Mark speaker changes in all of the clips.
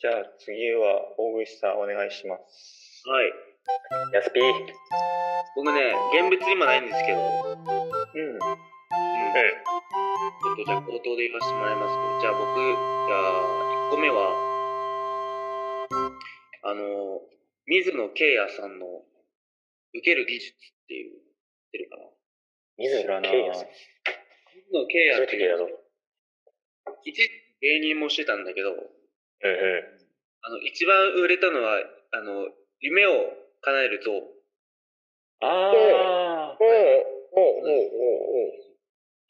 Speaker 1: じゃあ次は大口さんお願いします。
Speaker 2: はい。
Speaker 1: やすぴー。うん。
Speaker 2: 僕ね、現物今ないんですけど、うん。
Speaker 1: え
Speaker 2: ちょっとじゃあ口頭で言わせてもらいますけど、じゃあ僕、じゃあ1個目は、あの、水野圭也さんの受ける技術っていう、知ってるかな
Speaker 1: 水野圭也さん。
Speaker 2: 水野圭
Speaker 1: 初
Speaker 2: 也
Speaker 1: め
Speaker 2: ってて
Speaker 1: 聞い
Speaker 2: い
Speaker 1: た
Speaker 2: う
Speaker 1: ぞ。
Speaker 2: 一時期芸人もしてたんだけど、
Speaker 1: うんう
Speaker 2: あの、一番売れたのは、あの、夢を叶える像。
Speaker 1: ん。ああ。
Speaker 3: おうおうおうおうおう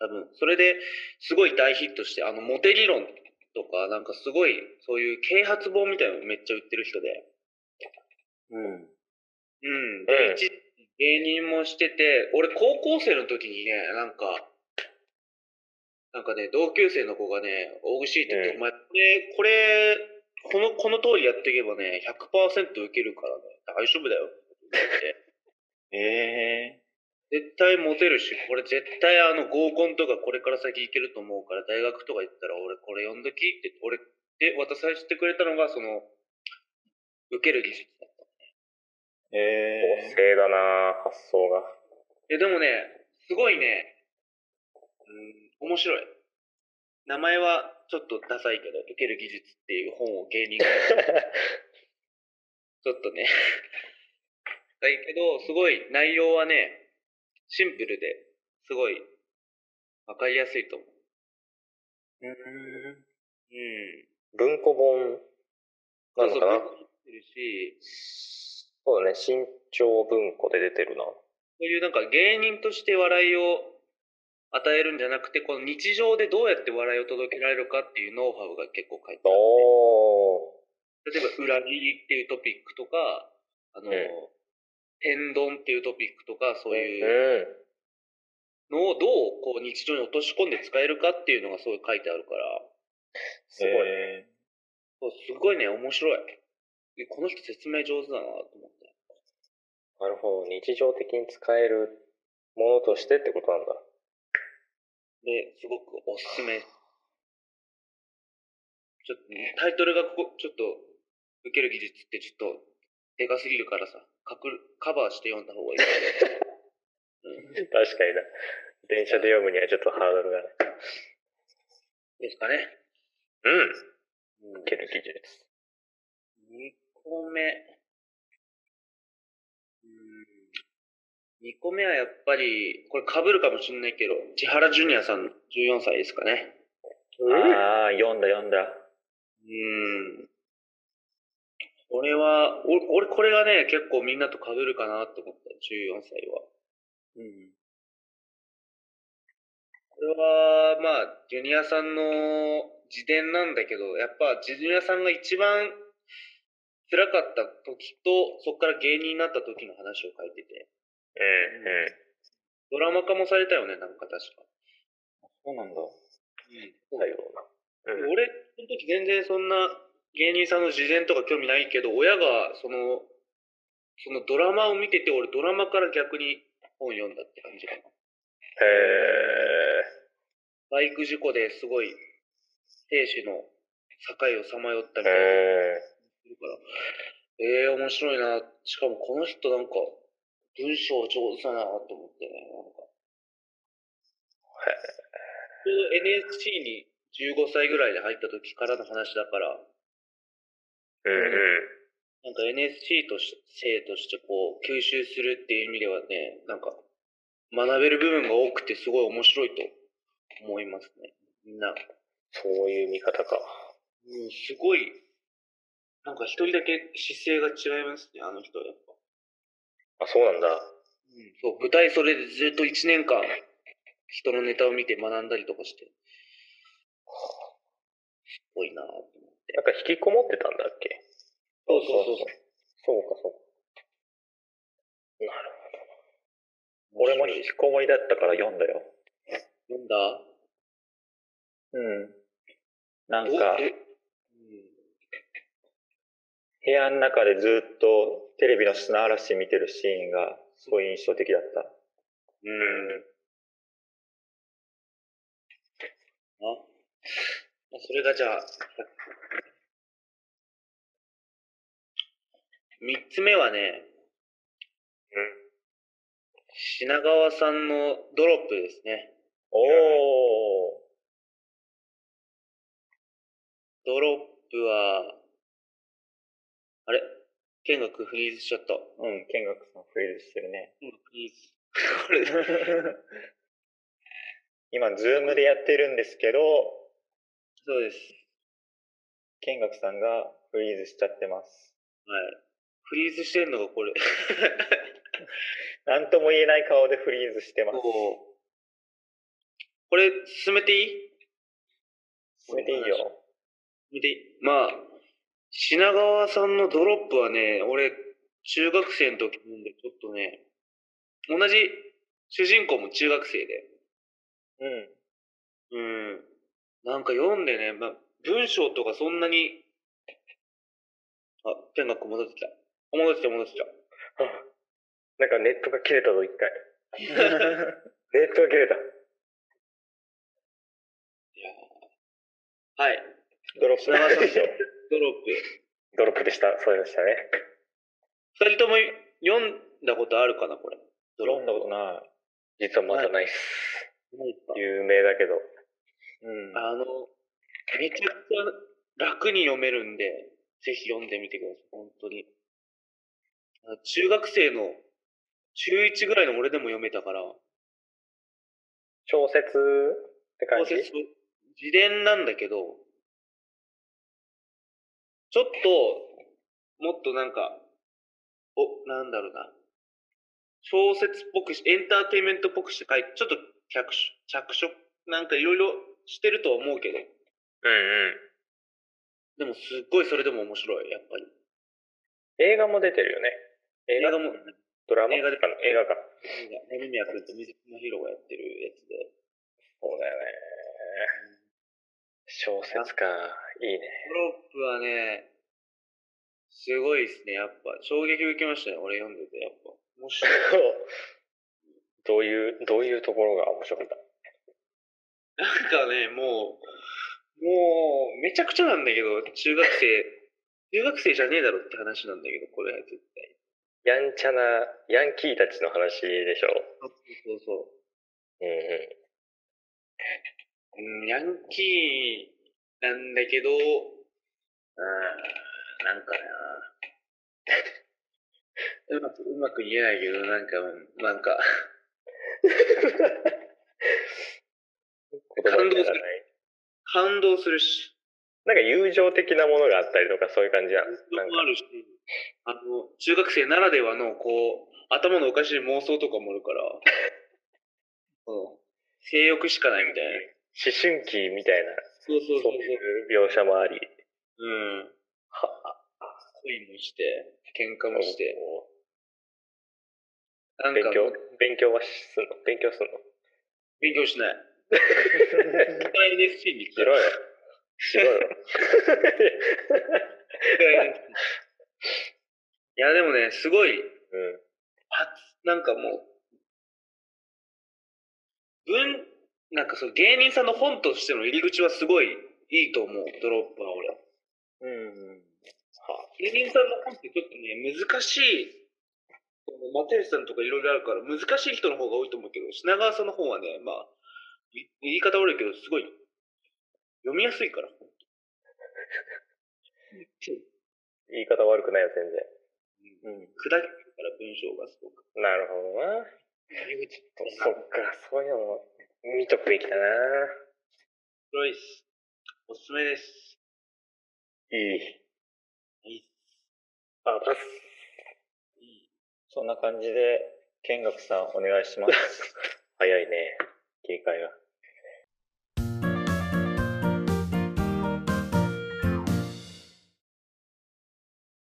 Speaker 2: 多分、それですごい大ヒットして、あの、モテ理論とか、なんかすごい、そういう啓発本みたいなのめっちゃ売ってる人で。
Speaker 1: うん。
Speaker 2: うん。
Speaker 1: ええ
Speaker 2: で、一時期芸人もしてて、俺高校生の時にね、なんか、なんかね、同級生の子がね、大串いって言って、
Speaker 1: ええ
Speaker 2: お前、これ、これ、この、この通りやっていけばね、100%受けるからね、大丈夫だよって言って。
Speaker 1: ええ
Speaker 2: 絶対モテるし、これ絶対あの合コンとかこれから先行けると思うから、大学とか行ったら俺これ読んどきって、俺で渡させてくれたのが、その、受ける技術だった。
Speaker 1: え
Speaker 3: 個
Speaker 1: え
Speaker 3: 性だなぁ発想が。
Speaker 2: え、でもね、すごいね、うん、面白い。名前はちょっとダサいけど、受ける技術っていう本を芸人 が出してちょっとね。だけど、すごい内容はね、シンプルで、すごい、わかりやすいと思う。
Speaker 1: うん
Speaker 2: うん。
Speaker 3: 文庫本なのかな
Speaker 2: そうそう書いてるし、
Speaker 3: そうだね、新潮文庫で出てるな。
Speaker 2: そういうなんか芸人として笑いを与えるんじゃなくて、この日常でどうやって笑いを届けられるかっていうノウハウが結構書いてあっ
Speaker 3: おー。
Speaker 2: て、例えば裏切りっていうトピックとか、あの、
Speaker 3: ええ
Speaker 2: 天丼っていうトピックとか、そういう
Speaker 3: うん。
Speaker 2: のをどうこう日常に落とし込んで使えるかっていうのがすごい書いてあるから、
Speaker 3: すごい。
Speaker 1: え
Speaker 2: そうすごいね、面白い。でこの人説明上手だなと思って。
Speaker 3: なるほど。日常的に使えるものとしてってことなんだ。
Speaker 2: で、すごくおすすめ。ちょっとね、タイトルがここ、ちょっと、受ける技術ってちょっと、でかすぎるからさ、かくカバーして読んだ方がいい。うん、
Speaker 3: 確かにな。電車で読むにはちょっとハードルがある。
Speaker 2: ですかね。
Speaker 3: うん。
Speaker 2: うん
Speaker 3: いける技術。
Speaker 2: 2個目。2個目はやっぱり、これ被るかもしれないけど、千原ジュニアさんの14歳ですかね。
Speaker 3: あ
Speaker 1: ああ、読んだ読んだ。
Speaker 2: うん。俺は、お俺、これがね、結構みんなと被るかなと思った、14歳は。
Speaker 1: うん。
Speaker 2: これは、まあ、ジュニアさんの自伝なんだけど、やっぱ、ジュニアさんが一番辛かった時と、そこから芸人になった時の話を書いてて、
Speaker 3: うん、うん。
Speaker 2: ドラマ化もされたよね、なんか確か。
Speaker 1: そうなんだ。
Speaker 3: だような。うん。
Speaker 2: 俺、その時全然そんな芸人さんの事前とか興味ないけど、親がその、そのドラマを見てて、俺ドラマから逆に本読んだって感じかな。
Speaker 3: へ
Speaker 2: バイク事故ですごい、生死の境をさまよったみ
Speaker 3: ー。
Speaker 2: た
Speaker 3: へ
Speaker 2: いな。いるから、ええー、面白いな。しかもこの人なんか、文章上手だなと思ってね、なんか。ちょうど NSC に15歳ぐらいで入った時からの話だから、
Speaker 3: ー。うん、うん。
Speaker 2: なんか NSC とし生としてこう、吸収するっていう意味ではね、なんか、学べる部分が多くてすごい面白いと思いますね。みんな。
Speaker 3: そういう見方か。
Speaker 2: うん、すごい、なんか一人だけ姿勢が違いますね、あの人はやっぱ。
Speaker 3: あ、そうなんだ。
Speaker 2: うんそう、舞台それでずっと1年間、人のネタを見て学んだりとかして、すごいなぁと思って。
Speaker 3: なんか引きこもってたんだっけ
Speaker 2: そうそうそうそ
Speaker 3: そう
Speaker 2: う。
Speaker 3: か、そうか。なるほど。俺も引きこもりだったから読んだよ。
Speaker 2: 読んだ
Speaker 1: うん。な
Speaker 2: なん
Speaker 1: か、
Speaker 2: う
Speaker 1: 部屋の中でずっとテレビの砂嵐見てるシーンがすごい印象的だった。
Speaker 2: ん。うん。あ、それがじゃあ、三つ目はね、品川さんのドロップですね。
Speaker 1: おお。
Speaker 2: ドロップは、あれ見学フリーズしちゃった。
Speaker 1: うん、見学さんフリーズしてるね。
Speaker 2: 見学フリーズ。 これ、
Speaker 1: 今、ズームでやってるんですけど、
Speaker 2: そうです。
Speaker 1: 見学さんがフリーズしちゃってます。
Speaker 2: はい。フリーズしてんのがこれ。
Speaker 1: なんとも言えない顔でフリーズしてます。
Speaker 2: こうこれ、進めていい
Speaker 1: それでいいよ。
Speaker 2: 進めていいまあ、品川さんのドロップはね、俺、中学生の時なんで、ちょっとね、同じ主人公も中学生で。
Speaker 1: うん。
Speaker 2: うん。なんか読んでね、まあ、文章とかそんなに、あ、ペンがこう戻ってきた。戻ってきた、戻ってきた。
Speaker 3: なんかネットが切れたぞ、一 回。ネットが切れた。
Speaker 2: はい。
Speaker 1: ドロップ
Speaker 2: 品川さん
Speaker 1: で
Speaker 2: で
Speaker 1: し
Speaker 2: し
Speaker 1: ょ
Speaker 2: ょ。ドロップ。
Speaker 3: ドロップでした。そうでしたね。
Speaker 2: 二人とも読んだことあるかな、これ。ド
Speaker 1: 読
Speaker 2: ロッ
Speaker 1: んだことない。
Speaker 3: 実はまだないっす。
Speaker 2: プ。ないですか
Speaker 3: 有名だけど。
Speaker 1: うん。
Speaker 2: あの、めちゃくちゃ楽に読めるんで、ぜひ読んでみてください、本当に。あ中学生の、中1ぐらいの俺でも読めたから、
Speaker 3: 小説って感
Speaker 2: 小
Speaker 3: じ
Speaker 2: 説、自伝なんだけど、ちょっと、もっとなんか、お、なんだろうな。小説っぽくし、エンターテインメントっぽくして書いて、ちょっと脚着色、なんかいろいろしてるとは思うけど、
Speaker 3: うんうん。
Speaker 2: でもすっごいそれでも面白い、やっぱり。
Speaker 3: 映画も出てるよね。映
Speaker 2: 映
Speaker 3: 画
Speaker 2: 画も、
Speaker 3: ドラマ
Speaker 2: 映画で
Speaker 3: あの映画か。
Speaker 2: 二宮君と水木のヒロがやってるやつで。
Speaker 3: そうだよね。小説か。いいね。
Speaker 2: ドロップはね、すごいですね、やっぱ。衝撃受けましたね、俺読んでて、やっぱ。面白い。
Speaker 3: どういう、どういうところが面白かった
Speaker 2: なんかね、 もう、もう、めちゃくちゃなんだけど、中学生、中学生じゃねえだろって話なんだけど、これは絶対。
Speaker 3: やんちゃな、ヤンキーたちの話でしょ。
Speaker 2: そうそうそう。
Speaker 3: うんうん。
Speaker 2: うん、ヤンキーなんだけど、うん、なんかな うまく、うまく言えないけど、なんか、なんか、
Speaker 3: 言葉になら
Speaker 2: 感動す
Speaker 3: ない
Speaker 2: る感動するし、
Speaker 3: なんか友情的なものがあったりとかそういう感じや。なん
Speaker 2: もあ
Speaker 3: か、
Speaker 2: るし、あの、中学生ならではの、こう、頭のおかしい妄想とかもあるから、 うん、性欲しかないみたいな。
Speaker 3: 思春期みたいな、
Speaker 2: そうそうそ
Speaker 3: そうう
Speaker 2: そう。
Speaker 3: いう描写もあり。
Speaker 2: うん。
Speaker 3: は
Speaker 2: 恋もして、喧嘩もして、なん
Speaker 3: 勉
Speaker 2: か、
Speaker 3: 強、勉強はすんの勉強すんの
Speaker 2: 勉強しない。一 回 NSC に来
Speaker 3: してろよ。しろ よ。
Speaker 2: いや、でもね、すごい、
Speaker 3: うん。
Speaker 2: あなんかもう、文、なんかそう、芸人さんの本としての入り口はすごいいいと思う、ドロップは俺。
Speaker 1: うん。
Speaker 2: 芸人さんの本ってちょっとね、難しい、又吉さんとかいろいろあるから、難しい人の方が多いと思うけど、品川さんの本はね、まあ、い言い方悪いけど、すごい、読みやすいから。
Speaker 3: 言い方悪くないよ、全
Speaker 1: う
Speaker 3: 然。
Speaker 1: ん。
Speaker 2: 砕けてるから、文章がすごく。
Speaker 3: なるほどな。そっか、そういうのも見とくべきだな。
Speaker 2: 黒いっす。おすすめです。
Speaker 3: いい。
Speaker 2: いいっ
Speaker 3: あ、パス。
Speaker 2: す。いい。
Speaker 1: そんな感じで、見学さんお願いします。
Speaker 3: 早いね。警戒が。